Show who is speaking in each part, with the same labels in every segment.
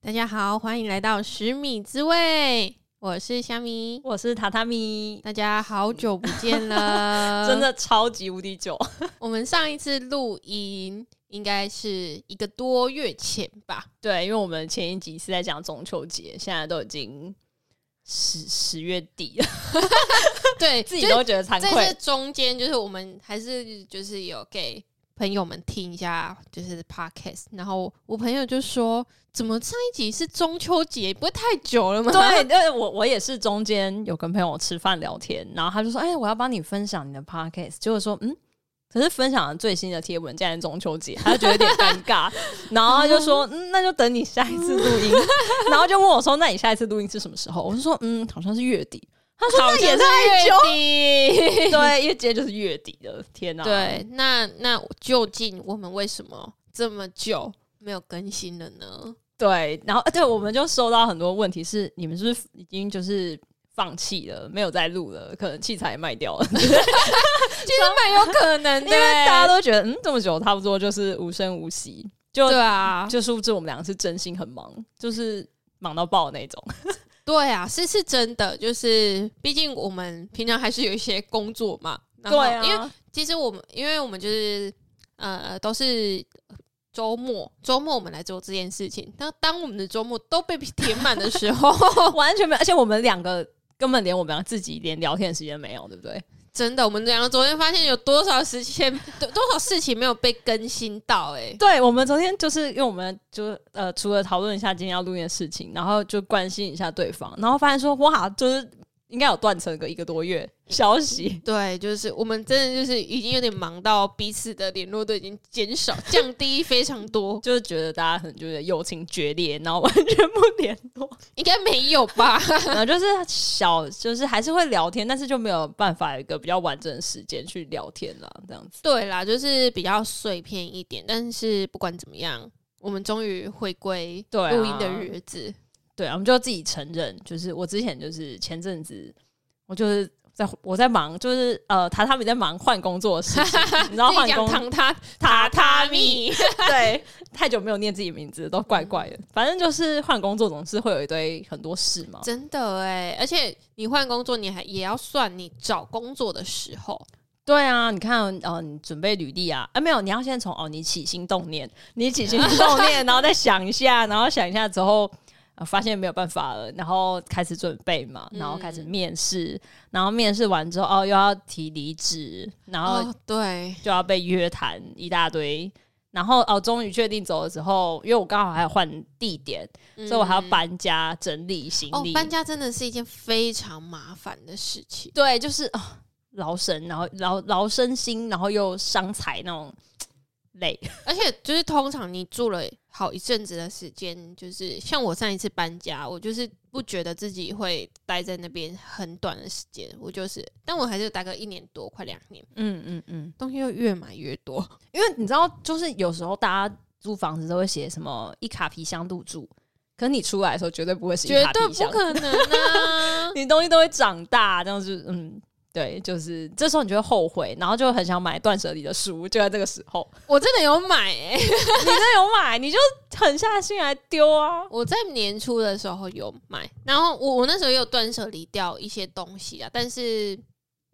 Speaker 1: 大家好，欢迎来到十米之味，我是虾米。
Speaker 2: 我是榻榻米，
Speaker 1: 大
Speaker 2: 呃
Speaker 1: 家好久不见了，
Speaker 2: 真。的超级无敌久，
Speaker 1: 我们上一次录音应该是一个多月前 吧？
Speaker 2: 对，因为我们前一集是在讲中秋节，现在都已经十十月底了，
Speaker 1: 对，
Speaker 2: 自己
Speaker 1: 就是
Speaker 2: 都觉得惭
Speaker 1: 在这
Speaker 2: 愧。
Speaker 1: 中间，就是我们还是就是有给朋友们听一下，就是 podcast。然后我朋友就说：“怎么上一集是中秋节，不会太久 了吗？”
Speaker 2: 对，啊对我我也是中间有跟朋友吃饭聊天，然后他就说：“哎、我要帮你分享你的 podcast。”结果说：“嗯。”可是分享了最新的贴文，竟然是中秋节，他就觉得有点尴尬，然后他就说：“嗯，那就等你下一次录音。”然后就问我说：“那你下一次录音是什么时候？”我就说：“嗯，好像是月底。”他说：“那也是
Speaker 1: 太久。
Speaker 2: 对，因为今天就是月底了，天哪、
Speaker 1: 对，那那究竟我们为什么这么久没有更新了呢？
Speaker 2: 对，然后呃对，我们就收到很多问题是，你们是不是已经就是放弃了，没有再录了，可能器材也卖掉了，
Speaker 1: 其实蛮有可能的，欸
Speaker 2: 因为大家都觉得嗯，这么久差不多就是无声无息，就
Speaker 1: 对啊，
Speaker 2: 就殊不知我们俩是真心很忙，就是忙到爆的那种。
Speaker 1: 对啊，是是真的，就是毕竟我们平常还是有一些工作嘛，然后
Speaker 2: 对啊，
Speaker 1: 因为其实我们，因为我们就是呃，都是周末，周末我们来做这件事情。当当我们的周末都被填满的时 候，
Speaker 2: 完全没有，而且我们两个根本连我们俩自己连聊天的时间没有，对不对？
Speaker 1: 真的，我们两个昨天发现有多少时间，多多少事情没有被更新到、欸，。
Speaker 2: 对，我们昨天就是因为我们就呃，除了讨论一下今天要录音的事情，然后就关心一下对方，然后发现说哇，就是应该有断层个一个多月消息
Speaker 1: 对，就是我们真的就是已经有点忙到彼此的联络都已经减少、降低非常多，
Speaker 2: 就是觉得大家可能就是友情决裂，然后完全不联络，
Speaker 1: 应该没有吧？
Speaker 2: 然后就是小，就是还是会聊天，但是就没有办法有一个比较完整的时间去聊天了，这样子。
Speaker 1: 对啦，就是比较碎片一点，但是不管怎么样，我们终于回归
Speaker 2: 对啊
Speaker 1: 录音的日子。
Speaker 2: 对啊，我们就自己承认，就是我之前就是前阵子，我就是在我在忙，就是呃，榻榻米在忙换工作的事情， 你知道
Speaker 1: 自
Speaker 2: 换
Speaker 1: 己讲
Speaker 2: 工
Speaker 1: 糖榻
Speaker 2: 榻
Speaker 1: 榻
Speaker 2: 榻
Speaker 1: 榻
Speaker 2: 米
Speaker 1: 米，
Speaker 2: 对，太久没有念自己名字，都怪怪的。反正就是换工作总是会有一堆很多事嘛。
Speaker 1: 真的哎、而且你换工作，你还也要算你找工作的时候，
Speaker 2: 对啊，你看，呃，你准备履历啊，啊，没有，你要先从哦，你起心动念，你起心动念，然后再想一下，然后想一下之后。呃发现没有办法了，然后开始准备嘛，
Speaker 1: 嗯
Speaker 2: 然后开始面试，然后面试完之后，哦，又要提离职，然后
Speaker 1: 哦，对，
Speaker 2: 就要被约谈一大堆，然后哦，终于确定走了之后，因为我刚好还要换地点，所以我还要
Speaker 1: 嗯
Speaker 2: 搬家、整理行
Speaker 1: 哦
Speaker 2: 李。，
Speaker 1: 搬家真的是一件非常麻烦的事情。
Speaker 2: 对，就是哦，劳神，然后劳劳身心，然后又伤财那种嘖累。
Speaker 1: 而且就是通常你住了好一阵子的时间，就是像我上一次搬家，我就是不觉得自己会待在那边很短的时间，我就是，但我还是待个一年多，快两年，
Speaker 2: 嗯嗯嗯，
Speaker 1: 东西就越买越多。
Speaker 2: 因为你知道，就是有时候大家租房子都会写什么一卡皮箱入住，可是你出来的时候绝对不会是一
Speaker 1: 绝
Speaker 2: 卡
Speaker 1: 对
Speaker 2: 皮
Speaker 1: 不
Speaker 2: 箱，！
Speaker 1: 可能啊
Speaker 2: 你东西都会长大，这样子嗯。对，就是这时候你就会后悔，然后就很想买断舍离的书，就在这个时候。
Speaker 1: 我真的有买、欸，
Speaker 2: 你真的有买，你就狠下心来丢啊！
Speaker 1: 我在年初的时候有买，然后我我那时候也有断舍离掉一些东西啊，但是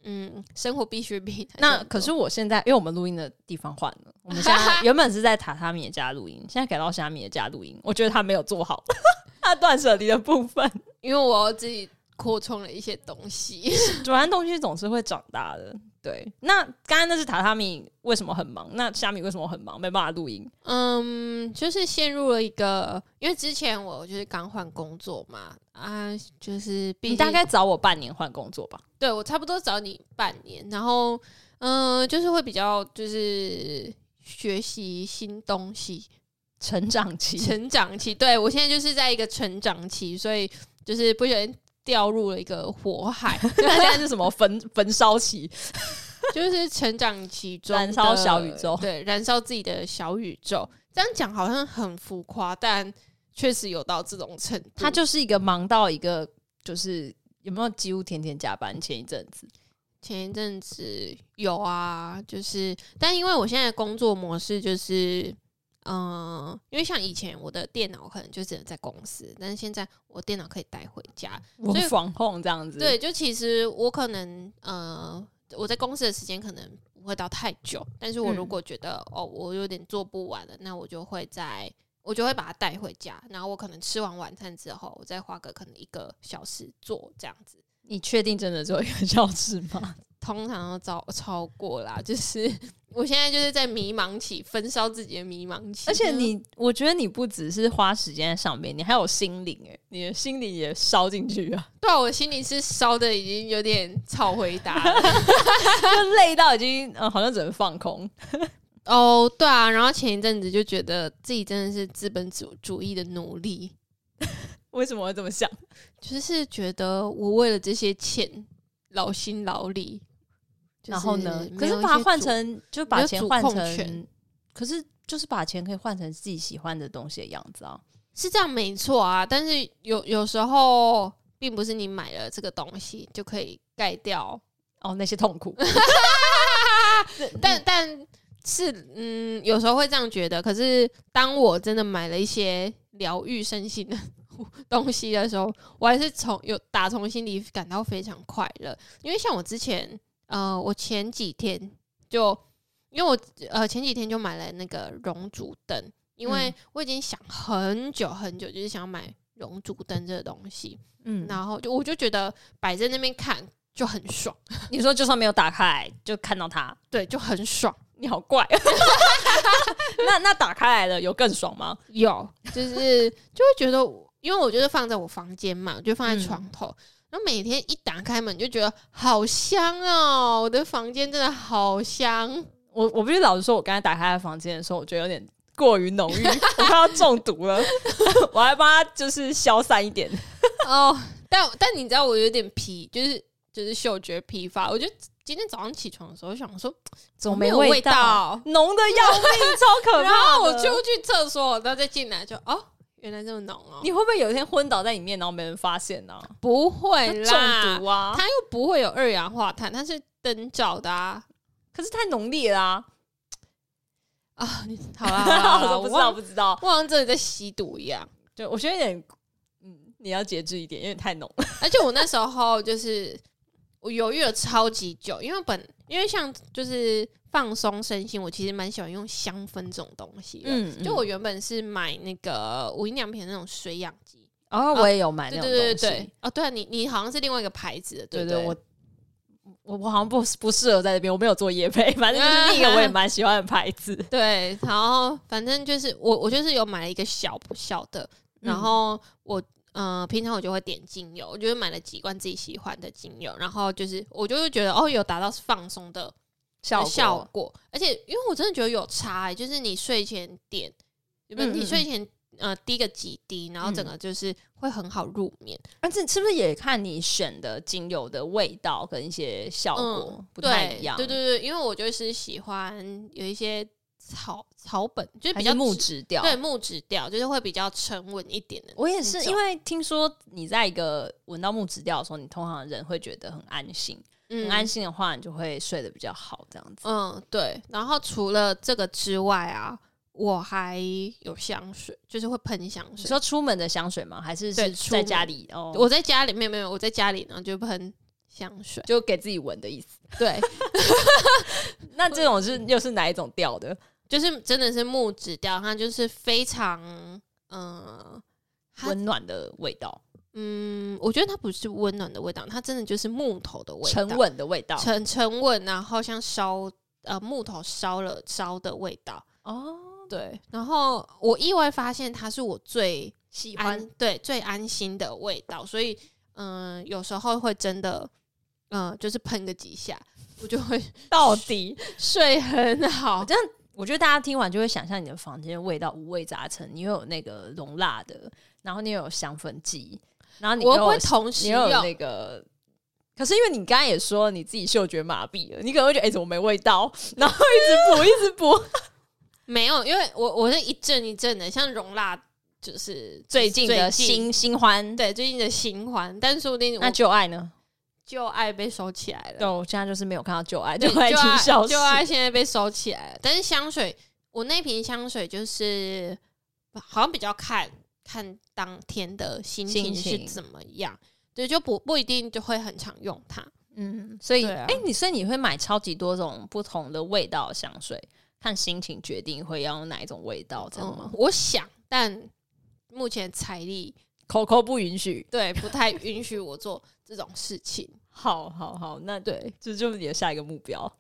Speaker 1: 嗯，生活必需品还很
Speaker 2: 那
Speaker 1: 多
Speaker 2: 可是我现在，因为我们录音的地方换了，我们现在 原本是在榻榻米的家录音，现在改到虾米的家录音。我觉得他没有做好 他断舍离的部分，
Speaker 1: 因为我自己扩充了一些东西。
Speaker 2: 主要东西总是会长大的。对，那刚刚那是榻榻米为什么很忙？那虾米为什么很忙，没办法录音？
Speaker 1: 嗯，就是陷入了一个，因为之前我就是刚换工作嘛，啊，就是毕竟
Speaker 2: 你大概找我半年换工作吧。
Speaker 1: 对我差不多找你半年，然后嗯，就是会比较就是学习新东西，
Speaker 2: 成长 期，
Speaker 1: 成长期。对我现在就是在一个成长期，所以就是不小心掉入了一个火海，
Speaker 2: 那现在是什么焚焚烧期？
Speaker 1: 嗯就是成长期中的
Speaker 2: 燃烧小宇宙
Speaker 1: 对，燃烧自己的小宇宙。这样讲好像很浮夸，但确实有到这种程度。
Speaker 2: 他就是一个忙到一个，就是有没有几乎天天加班？前一阵子，
Speaker 1: 前一阵子有啊，就是，但因为我现在的工作模式就是，嗯，因为像以前我的电脑可能就只能在公司，但是现在我电脑可以带回家。
Speaker 2: 我
Speaker 1: 所以
Speaker 2: 防控这样子，
Speaker 1: 对，就其实我可能呃，我在公司的时间可能不会到太久，但是我如
Speaker 2: 嗯
Speaker 1: 果觉得、哦，我有点做不完了，那我就会在。我就会把它带回家，然后我可能吃完晚餐之后，我再花个可能一个小时做这样子，
Speaker 2: 你确定真的只有一个小时吗？
Speaker 1: 通常都超超过啦。 就是我现在就是在迷茫期，焚烧自己的迷茫期。
Speaker 2: 而且
Speaker 1: 就是
Speaker 2: 你，我觉得你不只是花时间在上面，你还有心灵哎、你的心灵也烧进去啊，
Speaker 1: 对啊，我心里是烧的已经有点草回答了。
Speaker 2: 就累到已经嗯，好像只能放空。
Speaker 1: 哦，对啊，然后前一阵子就觉得自己真的是资本主主义的奴隶，
Speaker 2: 为什么会这么想？
Speaker 1: 就是觉得我为了这些钱劳心劳力。就是
Speaker 2: 然后呢？可
Speaker 1: 没
Speaker 2: 是
Speaker 1: 有一
Speaker 2: 把它
Speaker 1: 些
Speaker 2: 换
Speaker 1: 主
Speaker 2: 成，就
Speaker 1: 没
Speaker 2: 把
Speaker 1: 有
Speaker 2: 钱
Speaker 1: 主
Speaker 2: 换
Speaker 1: 控权
Speaker 2: 成，可是就是把钱可以换成自己喜欢的东西的样子啊。
Speaker 1: 是这样没错啊，但是有有时候并不是你买了这个东西就可以盖掉
Speaker 2: 哦，那些痛 苦，
Speaker 1: 但但是，嗯，有时候会这样觉得。可是，当我真的买了一些疗愈身心的东西的时候，我还是从有打从心里感到非常快乐。因为像我之前，呃，我前几天就因为我呃前几天就买了那个熔烛灯，因为
Speaker 2: 嗯
Speaker 1: 我已经想很久很久，就是想买熔烛灯这个东西。
Speaker 2: 嗯，
Speaker 1: 然后就我就觉得摆在那边看就很爽，
Speaker 2: 你说就算没有打开，就看到它，
Speaker 1: 对，就很爽。
Speaker 2: 你好怪。啊 那那打开来了，有更爽吗？
Speaker 1: 有，就是就会觉得我，因为我就是放在我房间嘛，我就放在床头，然后每天一打开门就觉得好香哦，我的房间真的好香。
Speaker 2: 我我必须老实说，我刚才打开他房间的时候，我觉得有点过于浓 郁，我快要中毒了。 我还帮他就是消散一点。
Speaker 1: 哦，但但你知道我有点疲，就是就是嗅觉疲乏。我就今天早上起床的时候想说，
Speaker 2: 怎么
Speaker 1: 没
Speaker 2: 没
Speaker 1: 有味
Speaker 2: 味
Speaker 1: 道
Speaker 2: 道？浓的要命，超可怕的。
Speaker 1: 然后我 就去厕所，然后再进来就哦，原来这么浓哦，
Speaker 2: 你会不会有一天昏倒在里面，然后没人发现呢、
Speaker 1: 不会
Speaker 2: 就
Speaker 1: 哎啦，
Speaker 2: 中毒啊！
Speaker 1: 它又不会有二氧化碳，它是灯照的啊。
Speaker 2: 可是太浓烈啦、
Speaker 1: 啊、你好 啦好啦好
Speaker 2: 我
Speaker 1: 啦，
Speaker 2: 说
Speaker 1: 我忘
Speaker 2: 不知道，不知道。
Speaker 1: 我好像真的在吸毒一样。
Speaker 2: 就我觉得有点，嗯，你要节制一点，因为太浓。
Speaker 1: 而且我那时候就是我犹豫了超级久，因为本因为像就是放松身心，我其实蛮喜欢用香氛这种东西的。
Speaker 2: 嗯
Speaker 1: 就我原本是买那个无印良品的那种水养机，
Speaker 2: 哦，
Speaker 1: 我
Speaker 2: 也有买
Speaker 1: 对对对对，哦，对啊、你你好像是另外一个牌子的，
Speaker 2: 对
Speaker 1: 不
Speaker 2: 对，我我我好像不不适合在这边，我没有做夜配，反
Speaker 1: 嗯
Speaker 2: 正就是另一个我也蛮喜欢的牌子。
Speaker 1: 对，然后反正就是我我就是有买了一个小小的，然
Speaker 2: 嗯
Speaker 1: 后我呃平常我就会点精油，我就是买了几罐自己喜欢的精油，然后就是我就会觉得哦有达到放松的呃
Speaker 2: 效
Speaker 1: 效果，而且因为我真的觉得有差、欸，就是你睡前点，不是
Speaker 2: 嗯嗯
Speaker 1: 你
Speaker 2: 嗯
Speaker 1: 睡前呃滴个几滴，然后整个就是会很好入眠。
Speaker 2: 但是是不是也看你选的精油的味道跟一些效果、
Speaker 1: 嗯，
Speaker 2: 不太一样？
Speaker 1: 对对对，因为我就是喜欢有一些草草本，就是
Speaker 2: 还
Speaker 1: 比
Speaker 2: 是
Speaker 1: 较
Speaker 2: 木
Speaker 1: 质，
Speaker 2: 质调。
Speaker 1: 对木质调，就是会比较沉稳一点的。
Speaker 2: 我也是
Speaker 1: 那，种
Speaker 2: 因为听说你在一个闻到木质调的时候，你通常人会觉得很安心，
Speaker 1: 嗯
Speaker 2: 很安心的话，你就会睡得比较好，这样子。
Speaker 1: 嗯，对。然后除了这个之外啊，我还有香水，就是会喷香
Speaker 2: 你
Speaker 1: 水。
Speaker 2: 说出门的香水吗？还是
Speaker 1: 对
Speaker 2: 是
Speaker 1: 出
Speaker 2: 在
Speaker 1: 门
Speaker 2: 家里哦？
Speaker 1: 我在家里没有没有，我在家里呢就喷香水。
Speaker 2: 就给自己闻的意思。
Speaker 1: 对，
Speaker 2: 那这种是又是哪一种调的？
Speaker 1: 就是真的是木质调，它就是非常嗯它
Speaker 2: 温暖的味道，
Speaker 1: 嗯，我觉得它不是温暖的味道，它真的就是木头的味道，
Speaker 2: 沉稳的味道。
Speaker 1: 沉沉稳，然后像烧呃木头烧了烧的味道。
Speaker 2: 哦，
Speaker 1: 对，然后我意外发现它是我最
Speaker 2: 喜
Speaker 1: 安对最安心的味道，所以嗯、呃有时候会真的嗯、呃就是喷个几下，我就 会
Speaker 2: 到底。
Speaker 1: 睡很好。
Speaker 2: 我觉得大家听完就会想象你的房间的味道五味杂陈，你又有那个容蜡的，然后你又有香氛剂，然后你又
Speaker 1: 我
Speaker 2: 有
Speaker 1: 会同
Speaker 2: 你
Speaker 1: 时
Speaker 2: 又
Speaker 1: 用，
Speaker 2: 有那个。可是因为你刚刚也说你自己嗅觉麻痹了，你可能会觉得哎、怎么没味道， 然后一直补一直补。
Speaker 1: 没有，因为我我是一阵一阵的，像容蜡就是
Speaker 2: 最近的新新欢，
Speaker 1: 对最近的新欢，但说不定
Speaker 2: 那
Speaker 1: 我
Speaker 2: 旧爱呢？
Speaker 1: 旧爱被收起来了
Speaker 2: 对，。我现在就是没有看到旧爱，
Speaker 1: 对
Speaker 2: 旧爱已经消失
Speaker 1: 旧。爱现在被收起来了，但是香水我那瓶香水就是好像比较看看当天的心情
Speaker 2: 心
Speaker 1: 是
Speaker 2: 情
Speaker 1: 怎么样，对，就不不一定就会很常用它。
Speaker 2: 嗯，所以
Speaker 1: 对
Speaker 2: 哎、
Speaker 1: 啊
Speaker 2: 你所以你会买超级多种不同的味道的香水，看心情决定会要用哪一种味道，这样吗
Speaker 1: 嗯？我想，但目前财力
Speaker 2: 口口不允许。
Speaker 1: 对不太允许我做这种事情。
Speaker 2: 好好好，那对，这就是你的下一个目标。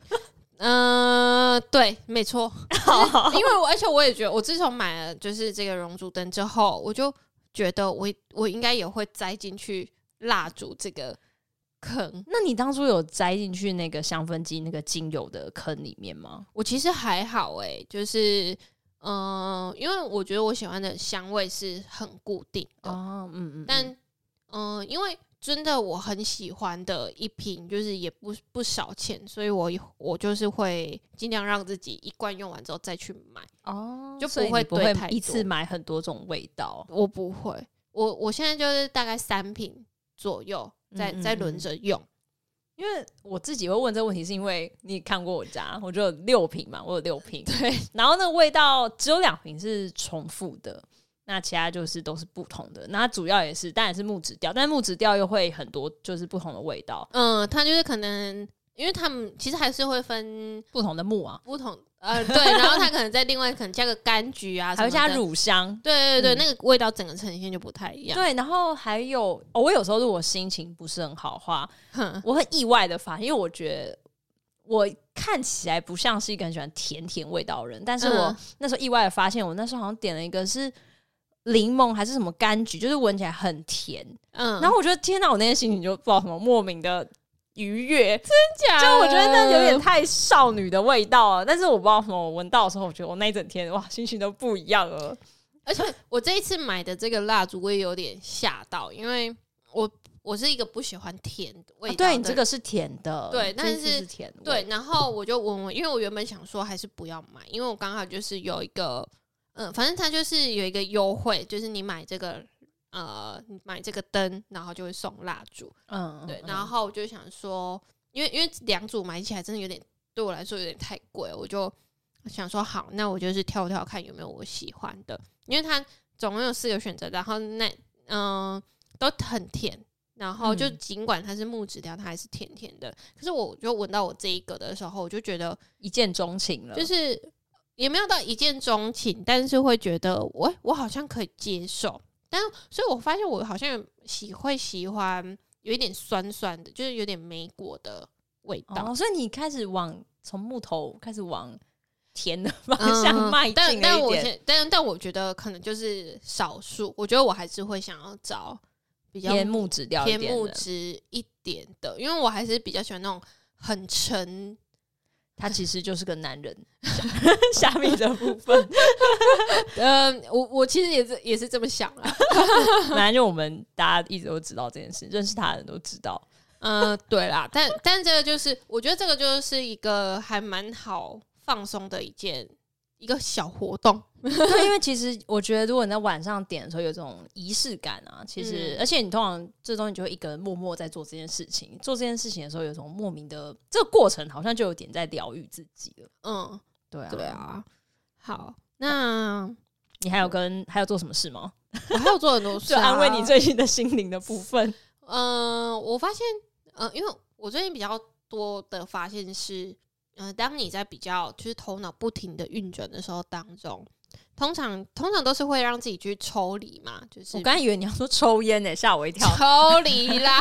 Speaker 1: 嗯、对，没错，就是因为我而且我也觉得，我自从买了就是这个熔烛灯之后，我就觉得我我应该也会栽进去蜡烛这个坑。
Speaker 2: 那你当初有栽进去那个香氛机那个精油的坑里面吗？
Speaker 1: 我其实还好诶、就是嗯、呃因为我觉得我喜欢的香味是很固定的，
Speaker 2: 哦，嗯嗯，
Speaker 1: 但
Speaker 2: 嗯
Speaker 1: 嗯、呃因为真的我很喜欢的一瓶，就是也不不少钱，所以我我就是会尽量让自己一罐用完之后再去买。
Speaker 2: 哦，
Speaker 1: 就不
Speaker 2: 所以你
Speaker 1: 会
Speaker 2: 不
Speaker 1: 堆
Speaker 2: 会
Speaker 1: 太
Speaker 2: 一
Speaker 1: 多
Speaker 2: 次买很多种味道。
Speaker 1: 我不会，我我现在就是大概三瓶左右，在
Speaker 2: 嗯嗯
Speaker 1: 在轮着用。
Speaker 2: 因为我自己会问这个问题，是因为你看过我家，我就有六瓶嘛，我有六瓶，
Speaker 1: 对，
Speaker 2: 然后那个味道只有两瓶是重复的，那其他就是都是不同的。那它主要也是，当然是木质调，但是木质调又会很多，就是不同的味道，
Speaker 1: 嗯，它就是可能，因为他们其实还是会分
Speaker 2: 不同的木啊，
Speaker 1: 不同，呃，对，然后它可能在另外可能加个柑橘啊，
Speaker 2: 还有加
Speaker 1: 什么的，
Speaker 2: 乳香。
Speaker 1: 对对对，
Speaker 2: 嗯
Speaker 1: 那个味道整个呈现就不太一样。
Speaker 2: 对，然后还有、哦我有时候如果心情不是很好的话，
Speaker 1: 哼，
Speaker 2: 我很意外的发现，因为我觉得我看起来不像是一个很喜欢甜甜味道的人，但是我、
Speaker 1: 嗯
Speaker 2: 那时候意外的发现，我那时候好像点了一个是柠檬还是什么柑橘，就是闻起来很甜。
Speaker 1: 嗯，
Speaker 2: 然
Speaker 1: 后
Speaker 2: 后我觉得天哪，我那天心情就不知道什么莫名的愉悦，
Speaker 1: 假
Speaker 2: 就我觉得那有点
Speaker 1: 的
Speaker 2: 太少女的味道了。但是我不知道为什么，我闻到的时候，我觉得我那一整天哇，心情都不一样了。
Speaker 1: 而且我这一次买的这个蜡烛，我也有点吓到，因为我我是一个不喜欢甜的味
Speaker 2: 啊
Speaker 1: 道的人、
Speaker 2: 对你这个是甜的，
Speaker 1: 对
Speaker 2: 这
Speaker 1: 但
Speaker 2: 一次
Speaker 1: 是
Speaker 2: 是甜味
Speaker 1: 对，，然后我就闻闻，因为我原本想说还是不要买，因为我刚好就是有一个，嗯，反正它就是有一个优惠，就是你买这个，呃，你买这个灯，然后就会送蜡烛。
Speaker 2: 嗯
Speaker 1: 对，
Speaker 2: 嗯
Speaker 1: 然后我就想说，因为因为两组买起来真的有点对我来说有点太贵，我就想说好，那我就是挑挑看有没有我喜欢的，因为它总共有四个选择，然后那嗯、都很甜，然后就
Speaker 2: 嗯
Speaker 1: 尽管它是木质调，它还是甜甜的。可是我就闻到我这一个的时候，我就觉得
Speaker 2: 一见钟情了，
Speaker 1: 就是也没有到一见钟情，但是会觉得我我好像可以接受。但所以我发现我好像有喜会喜欢有一点酸酸的，就是有点莓果的味道。
Speaker 2: 哦，所以你开始往从木头开始往甜的方
Speaker 1: 嗯
Speaker 2: 向迈进了
Speaker 1: 但
Speaker 2: 一
Speaker 1: 但我
Speaker 2: 点
Speaker 1: 现但但我觉得可能就是少数，我觉得我还是会想要找比较
Speaker 2: 偏木质调一
Speaker 1: 偏
Speaker 2: 点
Speaker 1: 木
Speaker 2: 的，
Speaker 1: 质一点的，因为我还是比较喜欢那种很沉
Speaker 2: 他其实就是个 男人。下面的部分，
Speaker 1: 嗯，我我其实也是也是这么想 啦。
Speaker 2: 本来就我们大家一直都知道这件事，认识他的人都知道。
Speaker 1: 嗯，对啦，但但这个就是，我觉得这个就是一个还蛮好放松的一件一个小活动。
Speaker 2: 对，因为其实我觉得，如果你在晚上点的时候有这种仪式感啊，其
Speaker 1: 嗯
Speaker 2: 实、而且你通常这东西就会一个人默默在做这件事情。做这件事情的时候，有种莫名的这个过程，好像就有点在疗愈自己了。
Speaker 1: 嗯，
Speaker 2: 对啊，
Speaker 1: 对。啊。好，那
Speaker 2: 你还有跟还有做什么事吗？
Speaker 1: 我还有做很多事、
Speaker 2: 就
Speaker 1: 啊，
Speaker 2: 安慰你最近的心灵的部分。
Speaker 1: 嗯、我发现，呃，因为我最近比较多的发现是，呃，当你在比较就是头脑不停的运转的时候当中，通常通常都是会让自己去抽离嘛，就是
Speaker 2: 我刚才以为你要说抽烟呢、欸吓我一跳。
Speaker 1: 抽离啦。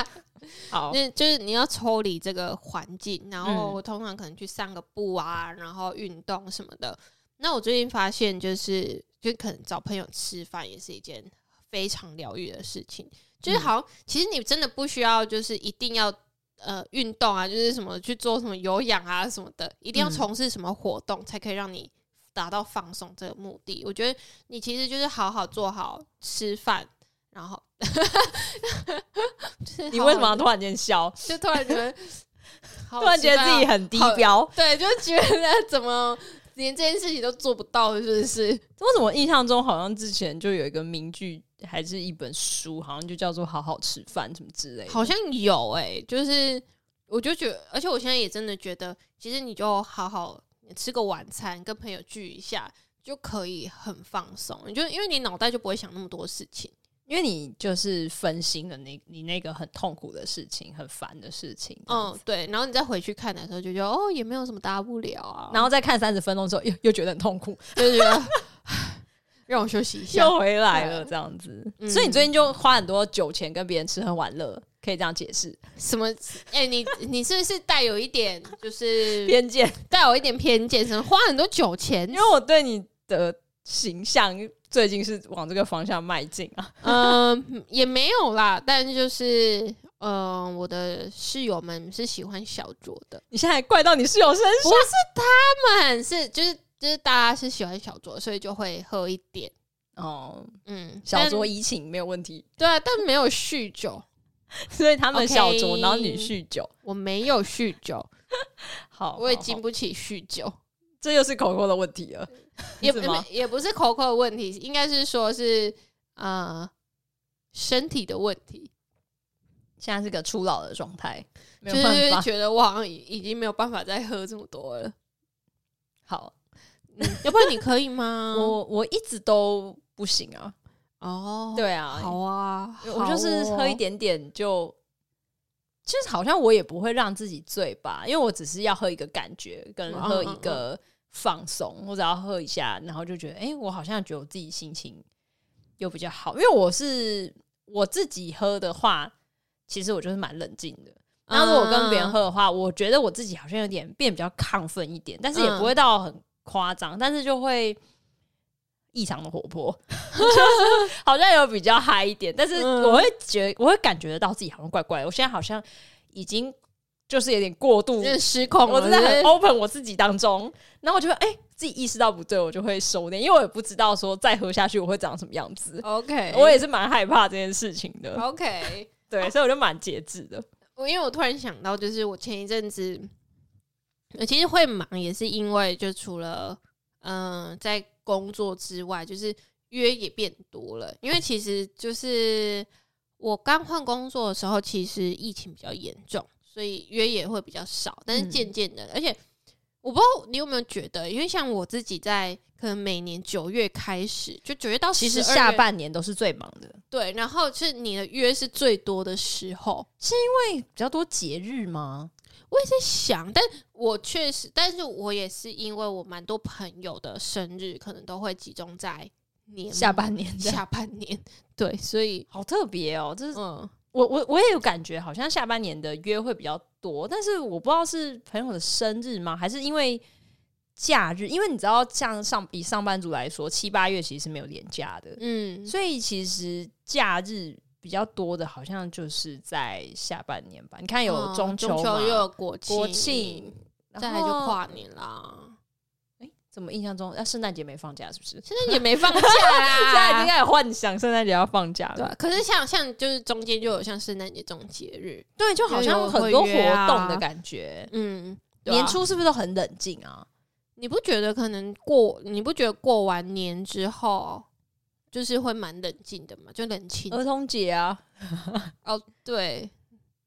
Speaker 2: 好，
Speaker 1: 那就是你要抽离这个环境，然后
Speaker 2: 嗯
Speaker 1: 我通常可能去散个步啊，然后运动什么的。那我最近发现，就是就可能找朋友吃饭也是一件非常疗愈的事情。
Speaker 2: 嗯
Speaker 1: 就是好像，其实你真的不需要，就是一定要呃运动啊，就是什么去做什么有氧啊什么的，一定要
Speaker 2: 嗯
Speaker 1: 从事什么活动才可以让你达到放松这个目的。我觉得你其实就是好好做好吃饭，然后 就是
Speaker 2: 你
Speaker 1: 好
Speaker 2: 为什
Speaker 1: 好
Speaker 2: 么要突然间笑？
Speaker 1: 就突然觉 得，好
Speaker 2: 突然觉得自己
Speaker 1: 奇
Speaker 2: 很低标？
Speaker 1: 怪哦对，就觉得怎么连这件事情都做不到，是不是？
Speaker 2: 为什么印象中好像之前就有一个名句，还是一本书，好像就叫做“好好吃饭”什么之类的？
Speaker 1: 好像欸有哎、就是我就觉得，而且我现在也真的觉得，其实你就好好，你吃个晚餐，跟朋友聚一下就可以很放松。你就因为你脑袋就不会想那么多事情。
Speaker 2: 因为你就是分心了你你那个很痛苦的事情，很烦的事情，嗯，
Speaker 1: 嗯，对。然后你再回去看的时候，就觉得哦，也没有什么大不了啊。
Speaker 2: 然后再看三十分钟之后，又又觉得很痛苦，
Speaker 1: 就觉得 唉让我休息一下。
Speaker 2: 又回来了这样子。
Speaker 1: 嗯
Speaker 2: 所以你最近就花很多酒钱跟别人吃喝玩乐，可以这样解释
Speaker 1: 什么？哎、你你是不是带有一点 就是
Speaker 2: 偏见，
Speaker 1: 带有一点偏见？什么花很多酒钱
Speaker 2: 因？为我对你的形象最近是往这个方向迈进啊。
Speaker 1: 嗯、也没有啦。但就是嗯、呃我的室友们是喜欢小酌的，
Speaker 2: 你现在还怪到你室友身
Speaker 1: 不
Speaker 2: 上，
Speaker 1: 是他们是就是就是大家是喜欢小酌，所以就会喝一点。
Speaker 2: 哦，
Speaker 1: 嗯，
Speaker 2: 小
Speaker 1: 但
Speaker 2: 酌怡情没有问题，
Speaker 1: 对啊，但没有酗酒，
Speaker 2: 所以他们
Speaker 1: OK
Speaker 2: 小酌，然后你酗酒，
Speaker 1: 我没有酗酒，
Speaker 2: 好，
Speaker 1: 我也
Speaker 2: 好
Speaker 1: 经，
Speaker 2: 好
Speaker 1: 不起酗酒。
Speaker 2: 这又是口口的问题 了，
Speaker 1: 也
Speaker 2: 是吗
Speaker 1: 不也不是口口的问题，应该是说是呃身体的问题，
Speaker 2: 现在是个初老的状态，没
Speaker 1: 就
Speaker 2: 有办
Speaker 1: 是
Speaker 2: 法。
Speaker 1: 觉得我好像已已经没有办法再喝这么多了。
Speaker 2: 好，
Speaker 1: 嗯、要不然你可以 吗？
Speaker 2: 我我一直都不行啊，
Speaker 1: 哦，，
Speaker 2: 对啊，
Speaker 1: 好啊，
Speaker 2: 我就是
Speaker 1: 好哦
Speaker 2: 喝一，点点就，就是好像我也不会让自己醉吧，因为我只是要喝一个感觉，跟
Speaker 1: 嗯
Speaker 2: 喝
Speaker 1: 嗯
Speaker 2: 一
Speaker 1: 嗯
Speaker 2: 个放松，我只要喝一下，然后就觉得，哎、我好像觉得我自己心情又比较好，因为我是我自己喝的话，其实我就是蛮冷静的。然后如果我跟别
Speaker 1: 嗯
Speaker 2: 人喝的话，我觉得我自己好像有点变比较亢奋一点，但是也
Speaker 1: 嗯
Speaker 2: 不会到很夸张，但是就会异常的活 泼，就是好像有比较嗨一点，但是
Speaker 1: 嗯
Speaker 2: 我会觉我会感觉得到自己好像怪怪的，我现在好像已经就是有点过度
Speaker 1: 有，点失控
Speaker 2: 我
Speaker 1: 了，
Speaker 2: 真的很
Speaker 1: 嗯是
Speaker 2: open 我自己当中，然后我就会哎、自己意识到不对，我就会收敛，因为我也不知道说再喝下去我会长什么样子，
Speaker 1: OK，
Speaker 2: 哦我也是蛮害怕这件事情
Speaker 1: 哦
Speaker 2: 的，
Speaker 1: OK。
Speaker 2: 对，所以我就蛮节制的，
Speaker 1: 我因为我突然想到，就是我前一阵子，我其实会忙，也是因为就除了嗯、呃在工作之外，就是约也变多了。因为其实就是我刚换工作的时候，其实疫情比较严重，所以约也会比较少。但是
Speaker 2: 嗯
Speaker 1: 渐渐的，而且我不知道你有没有觉得，因为像我自己在可能每年九月开始，就九月到
Speaker 2: 其实
Speaker 1: 12
Speaker 2: 下
Speaker 1: 月
Speaker 2: 半年都是最忙的。
Speaker 1: 对，然后是你的约是最多的时候。
Speaker 2: 比较多节日吗？
Speaker 1: 我也在想，但我确实，但是我也是因为我蛮多朋友的生日可能都会集中在年
Speaker 2: 下半年这 样，
Speaker 1: 下半年，对，所以
Speaker 2: 好特别哦！这是
Speaker 1: 嗯，
Speaker 2: 我我我也有感觉，好像下半年的约会比较多，但是我不知道是朋友的生日吗？还是因为假日？因为你知道，像上以上班族来说，七八月其实是没有年假的，
Speaker 1: 嗯，
Speaker 2: 所以其实假日比较多的，好像就是在下半年吧。你看有
Speaker 1: 嗯
Speaker 2: 哦中秋嘛、
Speaker 1: 中秋又有国庆
Speaker 2: 国庆，
Speaker 1: 再
Speaker 2: 然
Speaker 1: 来就
Speaker 2: 后
Speaker 1: 跨年啦。
Speaker 2: 怎么印象中，那、啊圣诞节没放假是不啊是？
Speaker 1: 现在也没放假
Speaker 2: 现在
Speaker 1: 啦，
Speaker 2: 应该有幻想圣诞节要放假
Speaker 1: 对
Speaker 2: 了
Speaker 1: 啊。，可是像像就是中间就有像圣诞节这种节日，
Speaker 2: 对，就好
Speaker 1: 就
Speaker 2: 像
Speaker 1: 有
Speaker 2: 很多活
Speaker 1: 会约啊
Speaker 2: 动的感觉。
Speaker 1: 嗯，对啊
Speaker 2: 年初是不是都很冷静啊？
Speaker 1: 你不觉得可能过你不觉得过完年之后就是会蛮冷静的嘛？就冷清
Speaker 2: 儿童节啊，
Speaker 1: 哦，对，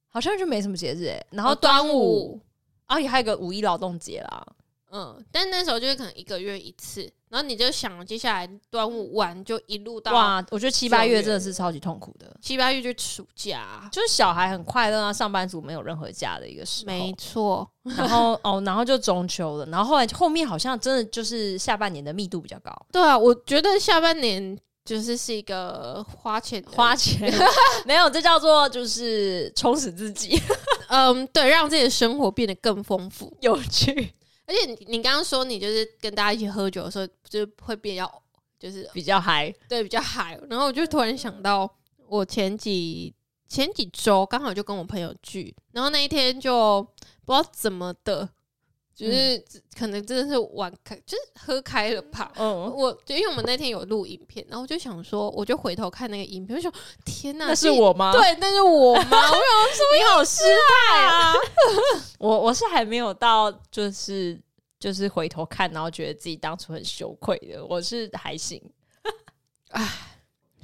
Speaker 2: 好像就没什么节日、欸、然
Speaker 1: 然
Speaker 2: 后
Speaker 1: 后
Speaker 2: 端
Speaker 1: 端
Speaker 2: 午
Speaker 1: 午，
Speaker 2: 啊，也还有个五一劳动节啦。
Speaker 1: 嗯，但那时候就是可能一个月一次，然后你就想接下来端午完就一路到
Speaker 2: 哇，我觉得七
Speaker 1: 九
Speaker 2: 八月
Speaker 1: 月
Speaker 2: 真的是超级痛苦的，
Speaker 1: 七八月就暑假，啊
Speaker 2: 就是小孩很快乐啊，上班族没有任何假的一个时
Speaker 1: 没
Speaker 2: 候。
Speaker 1: 错，
Speaker 2: 然后哦，然后就中秋了，然后后来后面好像真的就是下半年的密度比较高，
Speaker 1: 对啊，我觉得下半年就是是一个花钱的
Speaker 2: 花，钱 没有，这叫做就是充实自己，
Speaker 1: 嗯，对，让自己的生活变得更丰富。
Speaker 2: 有趣
Speaker 1: 而且你你刚刚说你就是跟大家一起喝酒的时候，就会比较就是
Speaker 2: 比较嗨。
Speaker 1: 对比较嗨，然后我就突然想到，我前几前几周刚好就跟我朋友聚，然后那一天就不知道怎么的，
Speaker 2: 嗯
Speaker 1: 就是、可能真的是玩开，就是喝开了吧。
Speaker 2: 嗯，
Speaker 1: 我就因为我们那天有录影片，然后我就想说，我就回头看那个影片，我就说天哪，
Speaker 2: 那是
Speaker 1: 这
Speaker 2: 我吗？
Speaker 1: 对，那是我吗？
Speaker 2: 你好失败啊！ 我我是还没有到，就是就是回头看，然后觉得自己当初很羞愧的，我是还行
Speaker 1: 没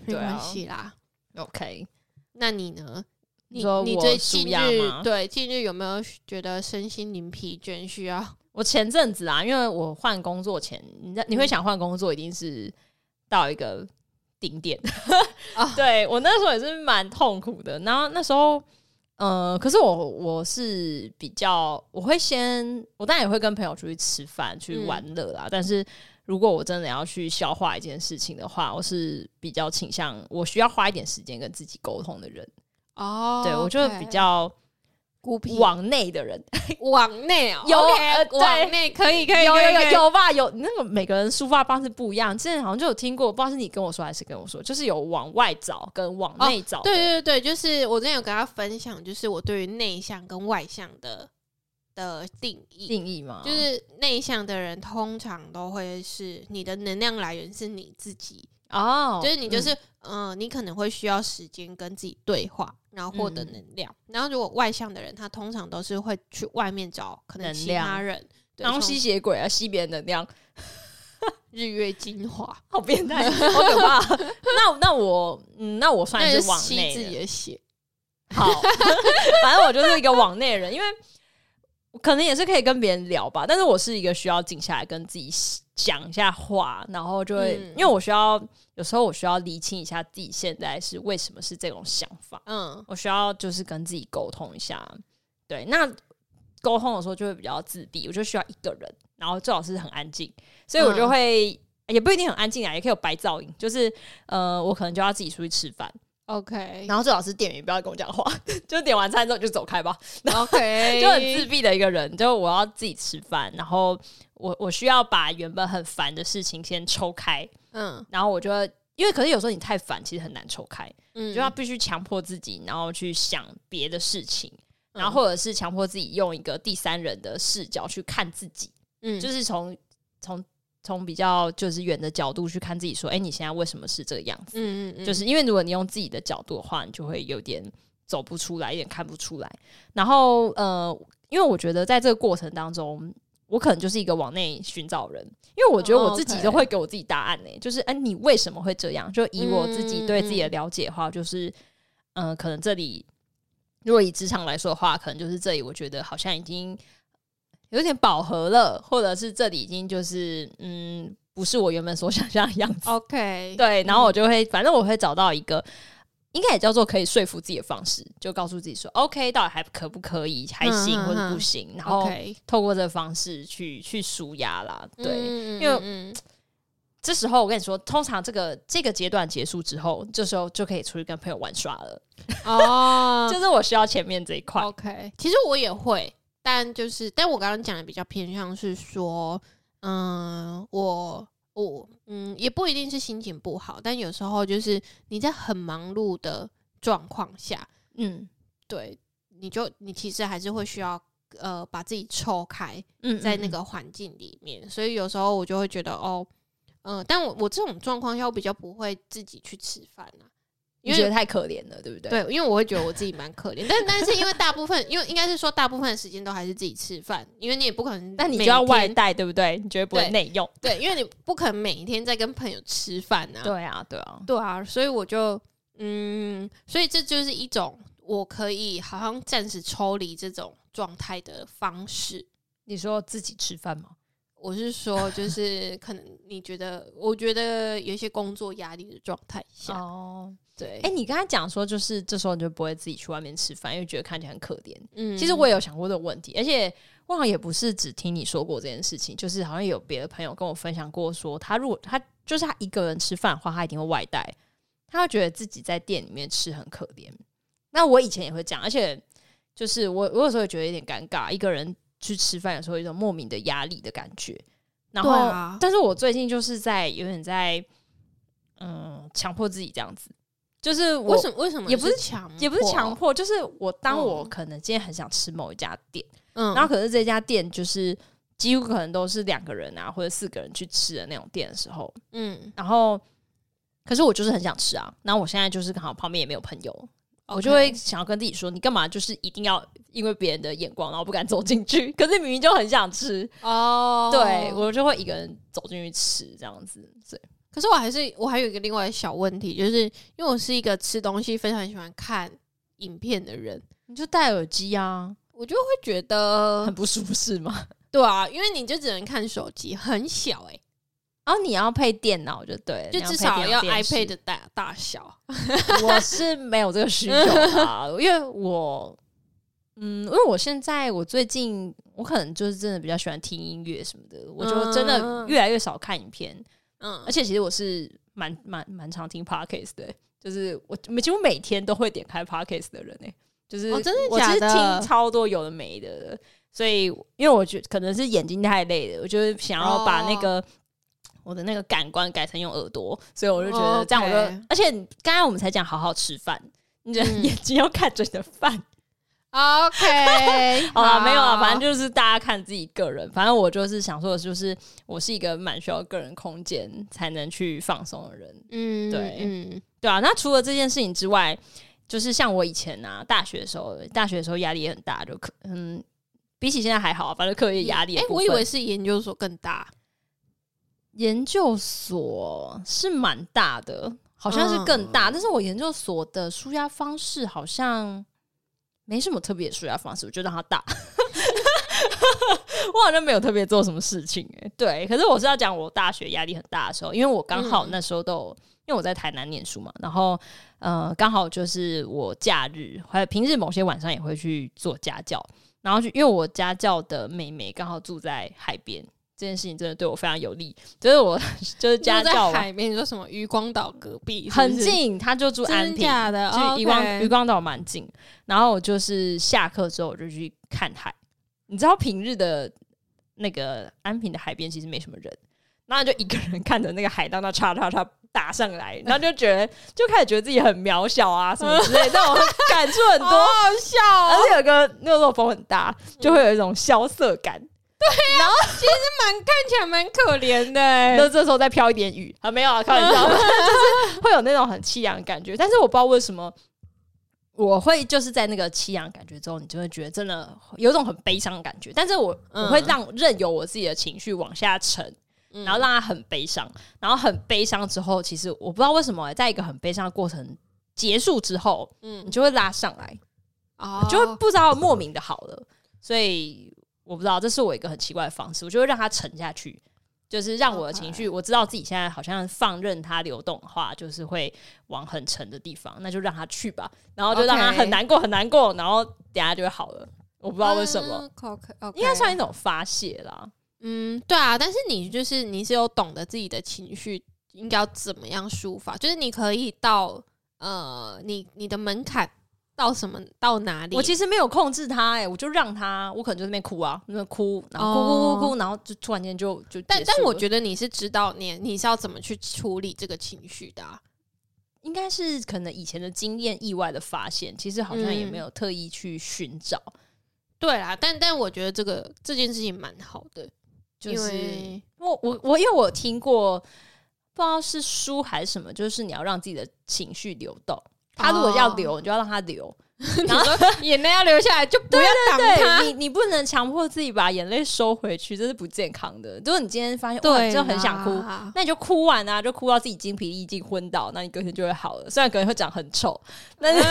Speaker 2: 对啊
Speaker 1: 关系啦，
Speaker 2: ，OK。
Speaker 1: 那你呢？
Speaker 2: 你说
Speaker 1: 你
Speaker 2: 我
Speaker 1: 最
Speaker 2: 舒
Speaker 1: 近
Speaker 2: 压
Speaker 1: 日
Speaker 2: 吗
Speaker 1: 对近日有没有觉得身心灵疲倦，需要
Speaker 2: 我前阵子啊，因为我换工作前，你在
Speaker 1: 嗯
Speaker 2: 你会想换工作，一定是到一个顶点。
Speaker 1: 啊
Speaker 2: 对我那时候也是蛮痛苦的。然后那时候，呃，可是我我是比较，我会先，我当然也会跟朋友出去吃饭、去
Speaker 1: 嗯
Speaker 2: 玩乐啦。但是如果我真的要去消化一件事情的话，我是比较倾向我需要花一点时间跟自己沟通的人。
Speaker 1: 哦，
Speaker 2: 对我就
Speaker 1: OK
Speaker 2: 比较
Speaker 1: 孤僻，
Speaker 2: 往内的人。
Speaker 1: 往内哦
Speaker 2: 有
Speaker 1: OK，
Speaker 2: 呃对
Speaker 1: 往内可以可以
Speaker 2: 有
Speaker 1: 可以
Speaker 2: 有
Speaker 1: 可
Speaker 2: 有
Speaker 1: 以
Speaker 2: 有吧？有那个每个人抒发方式不一样。之前好像就有听过，不知道是你跟我说还是跟我说，就是有往外找跟往内找、
Speaker 1: 对，对对，就是我之前有跟他分享，就是我对于内向跟外向的的定义。
Speaker 2: 定嗯义嘛，
Speaker 1: 就是内向的人通常都会是你的能量来源是你自己，
Speaker 2: 哦，
Speaker 1: 就是你
Speaker 2: 嗯
Speaker 1: 就是嗯、呃你可能会需要时间跟自己对话，然后获得
Speaker 2: 嗯
Speaker 1: 能量。然后如果外向的人，他通常都是会去外面找可能
Speaker 2: 能
Speaker 1: 其
Speaker 2: 量
Speaker 1: 他人，对
Speaker 2: 然后
Speaker 1: 从
Speaker 2: 吸血鬼啊，吸别人能量，
Speaker 1: 日月精华，
Speaker 2: 好变态，好可怕。那那我嗯，那我算
Speaker 1: 那
Speaker 2: 是
Speaker 1: 就
Speaker 2: 往
Speaker 1: 吸
Speaker 2: 内
Speaker 1: 自
Speaker 2: 的
Speaker 1: 己的血。
Speaker 2: 好，反正我就是一个往内的人，因为可能也是可以跟别人聊吧，但是我是一个需要静下来跟自己讲一下话，然后就会、
Speaker 1: 嗯
Speaker 2: 因为我需要有时候我需要理清一下自己现在是为什么是这种想法，
Speaker 1: 嗯，
Speaker 2: 我需要就是跟自己沟通一下。对，那沟通的时候就会比较自闭，我就需要一个人，然后最好是很安静，所以我就
Speaker 1: 嗯
Speaker 2: 会、也不一定很安静啊，也可以有白噪音，就是呃，我可能就要自己出去吃饭。
Speaker 1: OK
Speaker 2: 然后最好是店员不要跟我讲话， 就点完餐之后就走开吧，
Speaker 1: OK，
Speaker 2: 就很自闭的一个人。就我要自己吃饭，然后我我需要把原本很烦的事情先抽开，
Speaker 1: 嗯
Speaker 2: 然后我就会因为可是有时候你太烦，其实很难抽开，
Speaker 1: 嗯，
Speaker 2: 你就要必须强迫自己，然后去想别的事情，
Speaker 1: 嗯
Speaker 2: 然后或者是强迫自己用一个第三人的视角去看自己，
Speaker 1: 嗯
Speaker 2: 就是从从从比较就是远的角度去看自己，说，哎、你现在为什么是这个样子？
Speaker 1: 嗯嗯嗯，
Speaker 2: 就是因为如果你用自己的角度的话，你就会有点走不出来，有点看不出来。然后呃，因为我觉得在这个过程当中，我可能就是一个往内寻找人，因为我觉得我自己
Speaker 1: 哦 OK
Speaker 2: 都会给我自己答案呢、就是哎、你为什么会这样？就以我自己对自己的
Speaker 1: 嗯
Speaker 2: 了解的话，就是嗯、呃可能这里如果以职场来说的话，可能就是这里我觉得好像已经有点饱和了，或者是这里已经就是嗯。不是我原本所想象的样子
Speaker 1: OK，
Speaker 2: 对，然后我就会，反正我会找到一个，应该也叫做可以说服自己的方式，就告诉自己说，OK，到底还可不可以，还行
Speaker 1: 嗯嗯
Speaker 2: 或者不
Speaker 1: 嗯
Speaker 2: 行，然后
Speaker 1: OK，
Speaker 2: 透过这个方式去去舒压啦。对，
Speaker 1: 嗯
Speaker 2: 因 为
Speaker 1: 嗯
Speaker 2: 这时候我跟你说，通常这个这个阶段结束之后，这时候就可以出去跟朋友玩耍了。
Speaker 1: 嗯 哦
Speaker 2: 就是我需要前面这一块，
Speaker 1: ，OK，其实我也会，但就是，但我刚刚讲的比较偏向是说，嗯，我我嗯，也不一定是心情不好，但有时候就是你在很忙碌的状况下，
Speaker 2: 嗯
Speaker 1: 对，你就你其实还是会需要。呃，把自己抽开，
Speaker 2: 嗯，
Speaker 1: 在那
Speaker 2: 嗯
Speaker 1: 个环境里面，所以有时候我就会觉得哦，嗯、但我我这种状况下，我比较不会自己去吃饭啊，因
Speaker 2: 你
Speaker 1: 为
Speaker 2: 觉得太可怜了，对不对？
Speaker 1: 对，因为我会觉得我自己蛮可怜，但但是因为大部分，因为应该是说大部分的时间都还是自己吃饭，因为你也不可能每天，
Speaker 2: 但你就要外带，对不对？你绝对不会
Speaker 1: 对
Speaker 2: 内用。
Speaker 1: 对，因为你不可能每一天在跟朋友吃饭啊，
Speaker 2: 对啊，对啊，
Speaker 1: 对啊，所以我就嗯，所以这就是一种我可以好像暂时抽离这种状态的方式。
Speaker 2: 你说自己吃饭吗？
Speaker 1: 我是说，就是可能你觉得，我觉得有一些工作压力的状态下，
Speaker 2: 哦，
Speaker 1: 对，
Speaker 2: 哎、你刚才讲说，就是这时候你就不会自己去外面吃饭，因为觉得看起来很可怜。
Speaker 1: 嗯
Speaker 2: 其实我也有想过这个问题，而且我好像也不是只听你说过这件事情，就是好像有别的朋友跟我分享过说他如果他就是他一个人吃饭的话，他一定会外带，他会觉得自己在店里面吃很可怜。那我以前也会这样，而且就是我我有时候也觉得有点尴尬，一个人去吃饭有时候有一种莫名的压力的感觉。然后，
Speaker 1: 对啊
Speaker 2: 但是我最近就是在有点在嗯强迫自己这样子，就是我
Speaker 1: 为什么为什么
Speaker 2: 也不
Speaker 1: 是
Speaker 2: 是
Speaker 1: 强迫，
Speaker 2: 也不是强迫，就是我当我
Speaker 1: 嗯
Speaker 2: 可能今天很想吃某一家店，
Speaker 1: 嗯，
Speaker 2: 然后可是这家店就是几乎可能都是两个人啊或者四个人去吃的那种店的时候，
Speaker 1: 嗯，
Speaker 2: 然后可是我就是很想吃啊，然后我现在就是刚好旁边也没有朋友。我就会想要跟自己说，你干嘛就是一定要因为别人的眼光，然后不敢走进去？ 可是明明就很想吃，
Speaker 1: 哦，
Speaker 2: 对我就会一个人走进去吃这样子。所以
Speaker 1: 可是我还是我还有一个另外的小问题，就是因为我是一个吃东西非常喜欢看影片的人，
Speaker 2: 你就戴耳机啊，
Speaker 1: 我就会觉得
Speaker 2: 很不舒适吗？
Speaker 1: 对对啊，因为你就只能看手机，很小哎、
Speaker 2: 然后你要配电脑就对了，
Speaker 1: 就
Speaker 2: 你
Speaker 1: 至
Speaker 2: 配
Speaker 1: 少
Speaker 2: 电
Speaker 1: 要
Speaker 2: 脑电视
Speaker 1: iPad 的大大小。
Speaker 2: 我是没有这个需求 啊，因为我，嗯，因为我现在我最近我可能就是真的比较喜欢听音乐什么的，我就真的
Speaker 1: 嗯
Speaker 2: 越来越少看影片，
Speaker 1: 嗯
Speaker 2: 而，且其实我是蛮蛮蛮常听 podcast 的欸、就是我我几乎每天都会点开 podcast 的人诶、就是、
Speaker 1: 哦真的
Speaker 2: 我是
Speaker 1: 假的
Speaker 2: 听超多有的没的，所以因为我觉得可能是眼睛太累了，我就是想要把那
Speaker 1: 哦
Speaker 2: 个。我的那个感官改成用耳朵，所以我就觉得这样我就
Speaker 1: 哦 OK
Speaker 2: 而且刚刚我们才讲好好吃饭，你的
Speaker 1: 嗯
Speaker 2: 眼睛要看着你 的饭，
Speaker 1: OK，
Speaker 2: 好了，没有了，反正就是大家看自己个人。反正我就是想说的就是，我是一个蛮需要个人空间才能去放松的人，
Speaker 1: 嗯，
Speaker 2: 对
Speaker 1: 嗯，
Speaker 2: 对啊。那除了这件事情之外，就是像我以前啊，大学的时候，大学的时候压力也很大，就课嗯，比起现在还好啊，反正课业压力的
Speaker 1: 哎、
Speaker 2: 部分。
Speaker 1: 我以为是研究所更大，
Speaker 2: 研究所是蛮大的，好像是更大，但是我研究所的舒压方式好像没什么特别的舒压方式，我就让它大。 我好像没有特别做什么事情哎、对，可是我是要讲我大学压力很大的时候，因为我刚好
Speaker 1: 嗯
Speaker 2: 那时候都有、因为我在台南念书嘛，然后呃刚好就是我假日还有平日某些晚上也会去做家教，然后就因为我家教的妹妹刚好住在海边，这件事情真的对我非常有利，就是我 就是家
Speaker 1: 就
Speaker 2: 教
Speaker 1: 在
Speaker 2: 完
Speaker 1: 海边，你说什么渔光岛隔壁，是不是
Speaker 2: 很，近，她就住安
Speaker 1: 真的
Speaker 2: 平，
Speaker 1: 假的？
Speaker 2: 距渔光渔
Speaker 1: 光，
Speaker 2: 光岛蛮近。然后我就是下课之后我就去看海，你知道平日的那个安平的海边其实没什么人，然后就一个人看着那个海浪那叉叉叉打上来，然后就觉得就开始觉得自己很渺小啊什么之类的，那种感触很
Speaker 1: 好
Speaker 2: 多。
Speaker 1: 好笑 哦、
Speaker 2: 而且有个那个时候风很大，就会有一种萧瑟感。
Speaker 1: 看起来蛮可怜的、欸，
Speaker 2: 那这时候再飘一点雨啊，没有啊，开玩 笑，就是会有那种很凄凉的感觉。但是我不知道为什么，我会就是在那个凄凉的感觉之后，你就会觉得真的有一种很悲伤的感觉。但是我
Speaker 1: 嗯
Speaker 2: 我会让任由我自己的情绪往下沉，
Speaker 1: 嗯
Speaker 2: 然后让它很悲伤，然后很悲伤之后，其实我不知道为什么、在一个很悲伤的过程结束之后，你
Speaker 1: 嗯，
Speaker 2: 就会拉上来，
Speaker 1: 哦
Speaker 2: 就会不知道莫名的好了，所以我不知道，这是我一个很奇怪的方式，我就会让它沉下去，就是让我的情
Speaker 1: 哦
Speaker 2: 绪，我知道自己现在好像放任它流动的话，就是会往很沉的地方，那就让它去吧，然后就让它
Speaker 1: OK
Speaker 2: 很难过，很难过，然后等下就会好了，我不
Speaker 1: 不
Speaker 2: 知道为什
Speaker 1: 嗯
Speaker 2: 么，，
Speaker 1: o k
Speaker 2: 应该算一种发泄啦。
Speaker 1: 嗯，对啊，但是你就是你是有懂得自己的情绪应该要怎么样抒发，就是你可以到呃，你你的门槛到什么到哪里？
Speaker 2: 我其实没有控制它，哎，我就让它，我可能就在那边哭啊，那边哭，然后
Speaker 1: 哦
Speaker 2: 哭哭哭哭，然后就突然间就就结束了，
Speaker 1: 但但我觉得你是知道你你是要怎么去处理这个情绪的、啊，
Speaker 2: 应该是可能以前的经验意外的发现，其实好像也
Speaker 1: 嗯
Speaker 2: 没有特意去寻找，
Speaker 1: 对啦，但但我觉得这个这件事情蛮好的，
Speaker 2: 就 是
Speaker 1: 因
Speaker 2: 我我我因为我有听过，不知道是书还是什么，就是你要让自己的情绪流动。它如果
Speaker 1: 哦
Speaker 2: 要流，你就要让它流，
Speaker 1: 为你说眼泪要流下来就不要挡它，
Speaker 2: 对你，你不能强迫自己把眼泪收回去，这是不健康的。如果你今天发现哇，
Speaker 1: 对啦，
Speaker 2: 你 真的很想哭，那你就哭完啊，就哭到自己精疲力尽昏倒，那你隔天就会好了。虽然可能会长很丑，但是、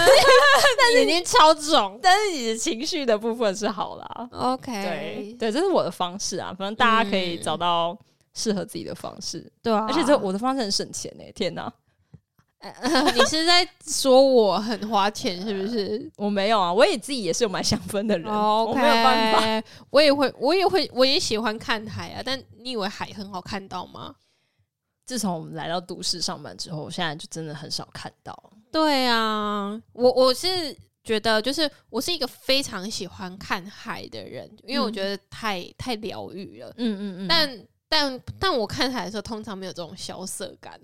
Speaker 1: 眼睛超肿。
Speaker 2: 但是你的情绪的部分是好啦。
Speaker 1: OK，
Speaker 2: 哎对对，这是我的方式啊，反正大家可以找到适合自己的方式，
Speaker 1: 对啊，
Speaker 2: 而 且这我的方式很省钱呢、天哪，
Speaker 1: 你是在说我很花钱是不 是？
Speaker 2: 我没有啊，我也自己也是有买香氛的人
Speaker 1: 哦，
Speaker 2: 我没有办法。
Speaker 1: 法，我也会，我也会，我也喜欢看海啊。但你以为海很好看到吗？
Speaker 2: 自从我们来到都市上班之后，我现在就真的很少看到。
Speaker 1: 对啊，我我是觉得，就是我是一个非常喜欢看海的人，因为我觉得太、太疗愈了。
Speaker 2: 嗯嗯嗯但
Speaker 1: 但但但我看海的时候，通常没有这种萧瑟感。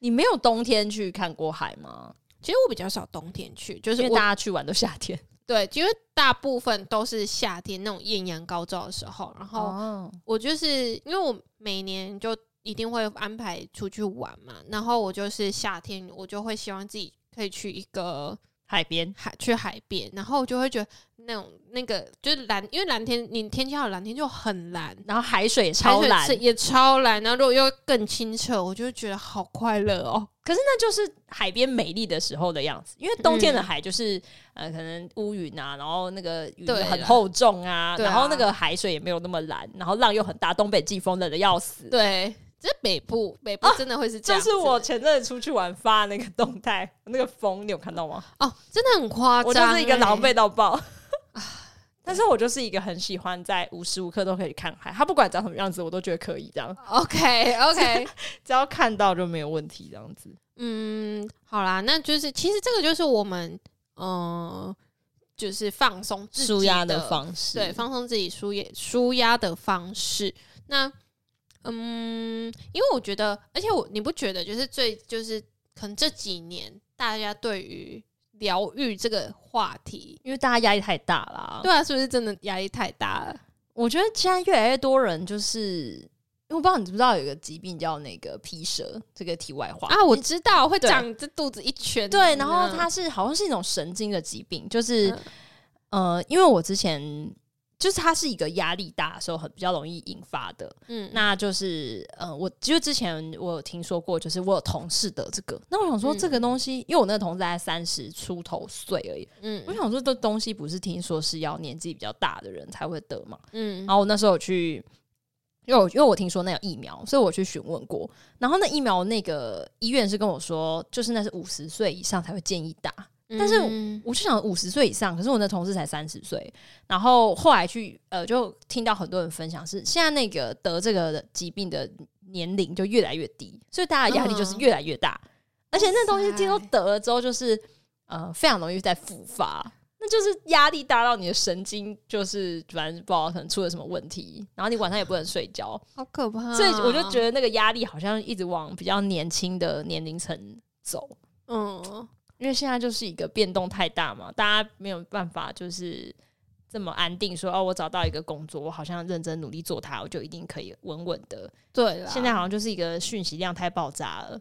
Speaker 2: 你没有冬天去看过海吗？
Speaker 1: 其实我比较少冬天去，就
Speaker 2: 因
Speaker 1: 是
Speaker 2: 为
Speaker 1: 我
Speaker 2: 大家去玩都夏天。
Speaker 1: 对，因为大部分都是夏天那种艳阳高照的时候，然后
Speaker 2: 哦，
Speaker 1: 我就是因为我每年就一定会安排出去玩嘛，然后我就是夏天我就会希望自己可以去一个
Speaker 2: 海边，
Speaker 1: 海去海边，然后就会觉得那种那个就是蓝，因为蓝天你天气好，蓝天就很蓝，
Speaker 2: 然后海水也超蓝
Speaker 1: 海，水是也超蓝，然后如果又更清澈，我就会觉得好快乐哦。
Speaker 2: 可是那就是海边美丽的时候的样子，因为冬
Speaker 1: 嗯
Speaker 2: 天的海就是、呃，可能乌云啊，然后那个云
Speaker 1: 对啦
Speaker 2: 很厚重啊，
Speaker 1: 对啊
Speaker 2: 然后那个海水也没有那么蓝，然后浪又很大，东北季风冷的要死。
Speaker 1: 对，这北部北部真的会是这
Speaker 2: 哦这
Speaker 1: 样子、
Speaker 2: 是我前阵子出去玩发的那个动态，那个风你有看到吗？
Speaker 1: 哦，真的很夸张、欸
Speaker 2: 我就是一个狼狈。到
Speaker 1: 啊
Speaker 2: 爆。 但是我就是一个很喜欢在无时无刻都可以看海，它不管长什么样子，我都觉得可以这样，
Speaker 1: OK OK，
Speaker 2: 只要看到就没有问题这样子。
Speaker 1: 嗯，好啦，那就是其实这个就是我们嗯、呃就是放松自己
Speaker 2: 舒压
Speaker 1: 的
Speaker 2: 方式，
Speaker 1: 对，放松自己舒压舒压的方式。那嗯，因为我觉得，而且我你不觉得就是最就是可能这几年大家对于疗愈这个话题，
Speaker 2: 因为大家压力太大啦。
Speaker 1: 对啊，是不是真的压力太大了？
Speaker 2: 我觉得现在越来越多人就是，因为我不知道你知不知道有一个疾病叫那个皮蛇，这个题外话
Speaker 1: 啊，嗯我知道会
Speaker 2: 对
Speaker 1: 长这肚子一圈，
Speaker 2: 对，然后它是好像是一种神经的疾病，就是、
Speaker 1: 嗯
Speaker 2: 呃，因为我之前就是它是一个压力大的时候很比较容易引发的，
Speaker 1: 嗯
Speaker 2: 那就是呃，我因为之前我有听说过，就是我有同事得这个，那我想说
Speaker 1: 嗯
Speaker 2: 这个东西，因为我那个同事大概三十出头岁而已，
Speaker 1: 嗯
Speaker 2: 我想说这东西不是听说是要年纪比较大的人才会得嘛，
Speaker 1: 嗯
Speaker 2: 然后我那时候有去，因为我因为我听说那有疫苗，所以我去询问过。然后那疫苗那个医院是跟我说，就是那是五十岁以上才会建议打。但是
Speaker 1: 嗯
Speaker 2: 我就想五十岁以上，可是我那同事才三十岁。然后后来去呃，就听到很多人分享是，现在那个得这个疾病的年龄就越来越低，所以大家的压力就是越来越大。而且那东西听说得了之后，就是呃非常容易再复发。那就是压力大到你的神经，就是反正不知道可能出了什么问题，然后你晚上也不能睡觉，
Speaker 1: 好可怕、
Speaker 2: 所以我就觉
Speaker 1: 得
Speaker 2: 得那个压力好像一直往比较年轻的年龄层走，
Speaker 1: 嗯。
Speaker 2: 因为现在就是一个变动太大嘛，大家没有办法就是这么安定说哦，我找到一个工作，我好像认真努力做它，我就一定可以稳稳的。
Speaker 1: 对啊啦，
Speaker 2: 现在好像就是一个讯息量太爆炸了。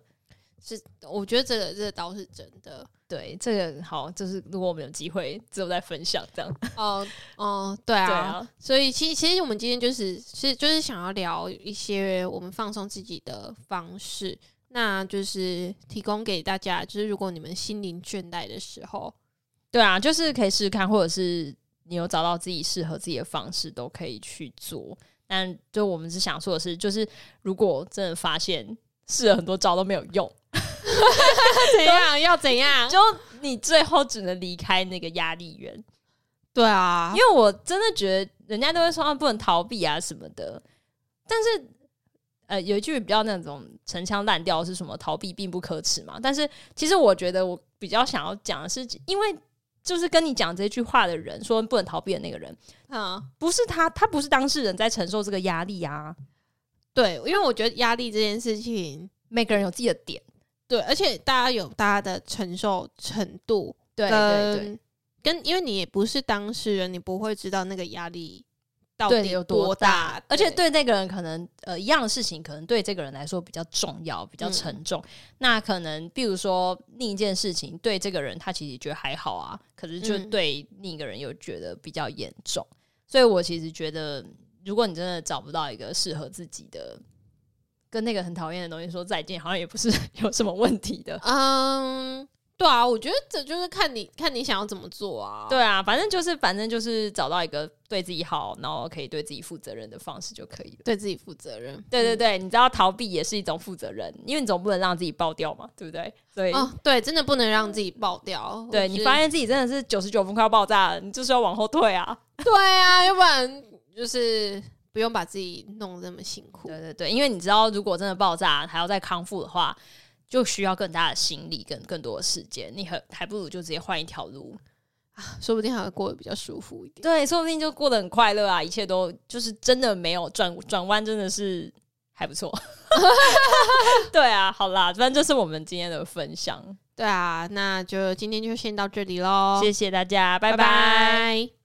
Speaker 1: 我觉得这个这 个倒是真的，
Speaker 2: 对，这个好，就是如果我们有机会之后再分享这样。
Speaker 1: 哦哦，对
Speaker 2: 对
Speaker 1: 啊，
Speaker 2: 啊，
Speaker 1: 所以其实其实我们今天就是是就是想要聊一些我们放松自己的方式，那就是提供给大家，就是如果你们心灵倦怠的时候，
Speaker 2: 对啊，就是可以试试看，或者是你有找到自己适合自己的方式，都可以去做。但就我们是想说的是，就是如果真的发现试了很多招都没有用，
Speaker 1: 怎样要怎样，
Speaker 2: 就你最后只能离开那个压力源。
Speaker 1: 对啊
Speaker 2: 因，为我真的觉得人家都会说啊，不能逃避啊什么的，但是呃，有一句比较那种陈腔滥调是什么？逃避并不可耻嘛。但是其实我觉得我比较想要讲的是，因为就是跟你讲这句话的人，说不能逃避的那个人，
Speaker 1: 嗯，
Speaker 2: 不是他，他不是当事人在承受这个压力啊。
Speaker 1: 对，因为我觉得压力这件事情，
Speaker 2: 每个人有自己的点，
Speaker 1: 对，而且大家有大家的承受程度，
Speaker 2: 对
Speaker 1: 跟跟因为你也不是当事人，你不会知道那个压力到
Speaker 2: 对
Speaker 1: 底
Speaker 2: 有
Speaker 1: 多
Speaker 2: 大，而且
Speaker 1: 对
Speaker 2: 对那个人可能呃一样的事情，可能对这个人来说比较重要、比
Speaker 1: 嗯
Speaker 2: 较沉重。那可能比如说另一件事情，对这个人他其实觉得还好啊，可是就
Speaker 1: 嗯
Speaker 2: 对另一个人又觉得比较严重。所以我其实觉得，如果你真的找不到一个适合自己的，跟那个很讨厌的东西说再见，好像也不是 有什么问题的。
Speaker 1: 嗯，对啊，我觉得这就是看你看你想要怎么做啊。
Speaker 2: 对啊，反正就是反正就是找到一个对自己好，然后可以对自己负责任的方式就可以了。
Speaker 1: 对自己负责任。嗯
Speaker 2: 对对对，你知道逃避也是一种负责任，因为你总不能让自己爆掉嘛，对不对？所以，
Speaker 1: 哦，对，真的不能让自己爆掉。
Speaker 2: 对
Speaker 1: 我觉
Speaker 2: 你
Speaker 1: 得
Speaker 2: 发现自己真的是九十九分快要爆炸了，你就是要往后退啊。
Speaker 1: 对啊，要不然就是不用把自己弄得那么辛苦。
Speaker 2: 对对对，因为你知道，如果真的爆炸还要再康复的话，就需要更大的心力跟更多的时间，你还还不如就直接换一条路。
Speaker 1: 说不定还会过得比较舒服一点。
Speaker 2: 对，说不定就过得很快乐啊，一切都就是真的没有转转弯，真的是还不 错。对啊，好啦，反正这是我们今天的分享，
Speaker 1: 对啊，那就今天就先到这里喽，
Speaker 2: 谢谢大家，拜
Speaker 1: 拜
Speaker 2: 拜
Speaker 1: 拜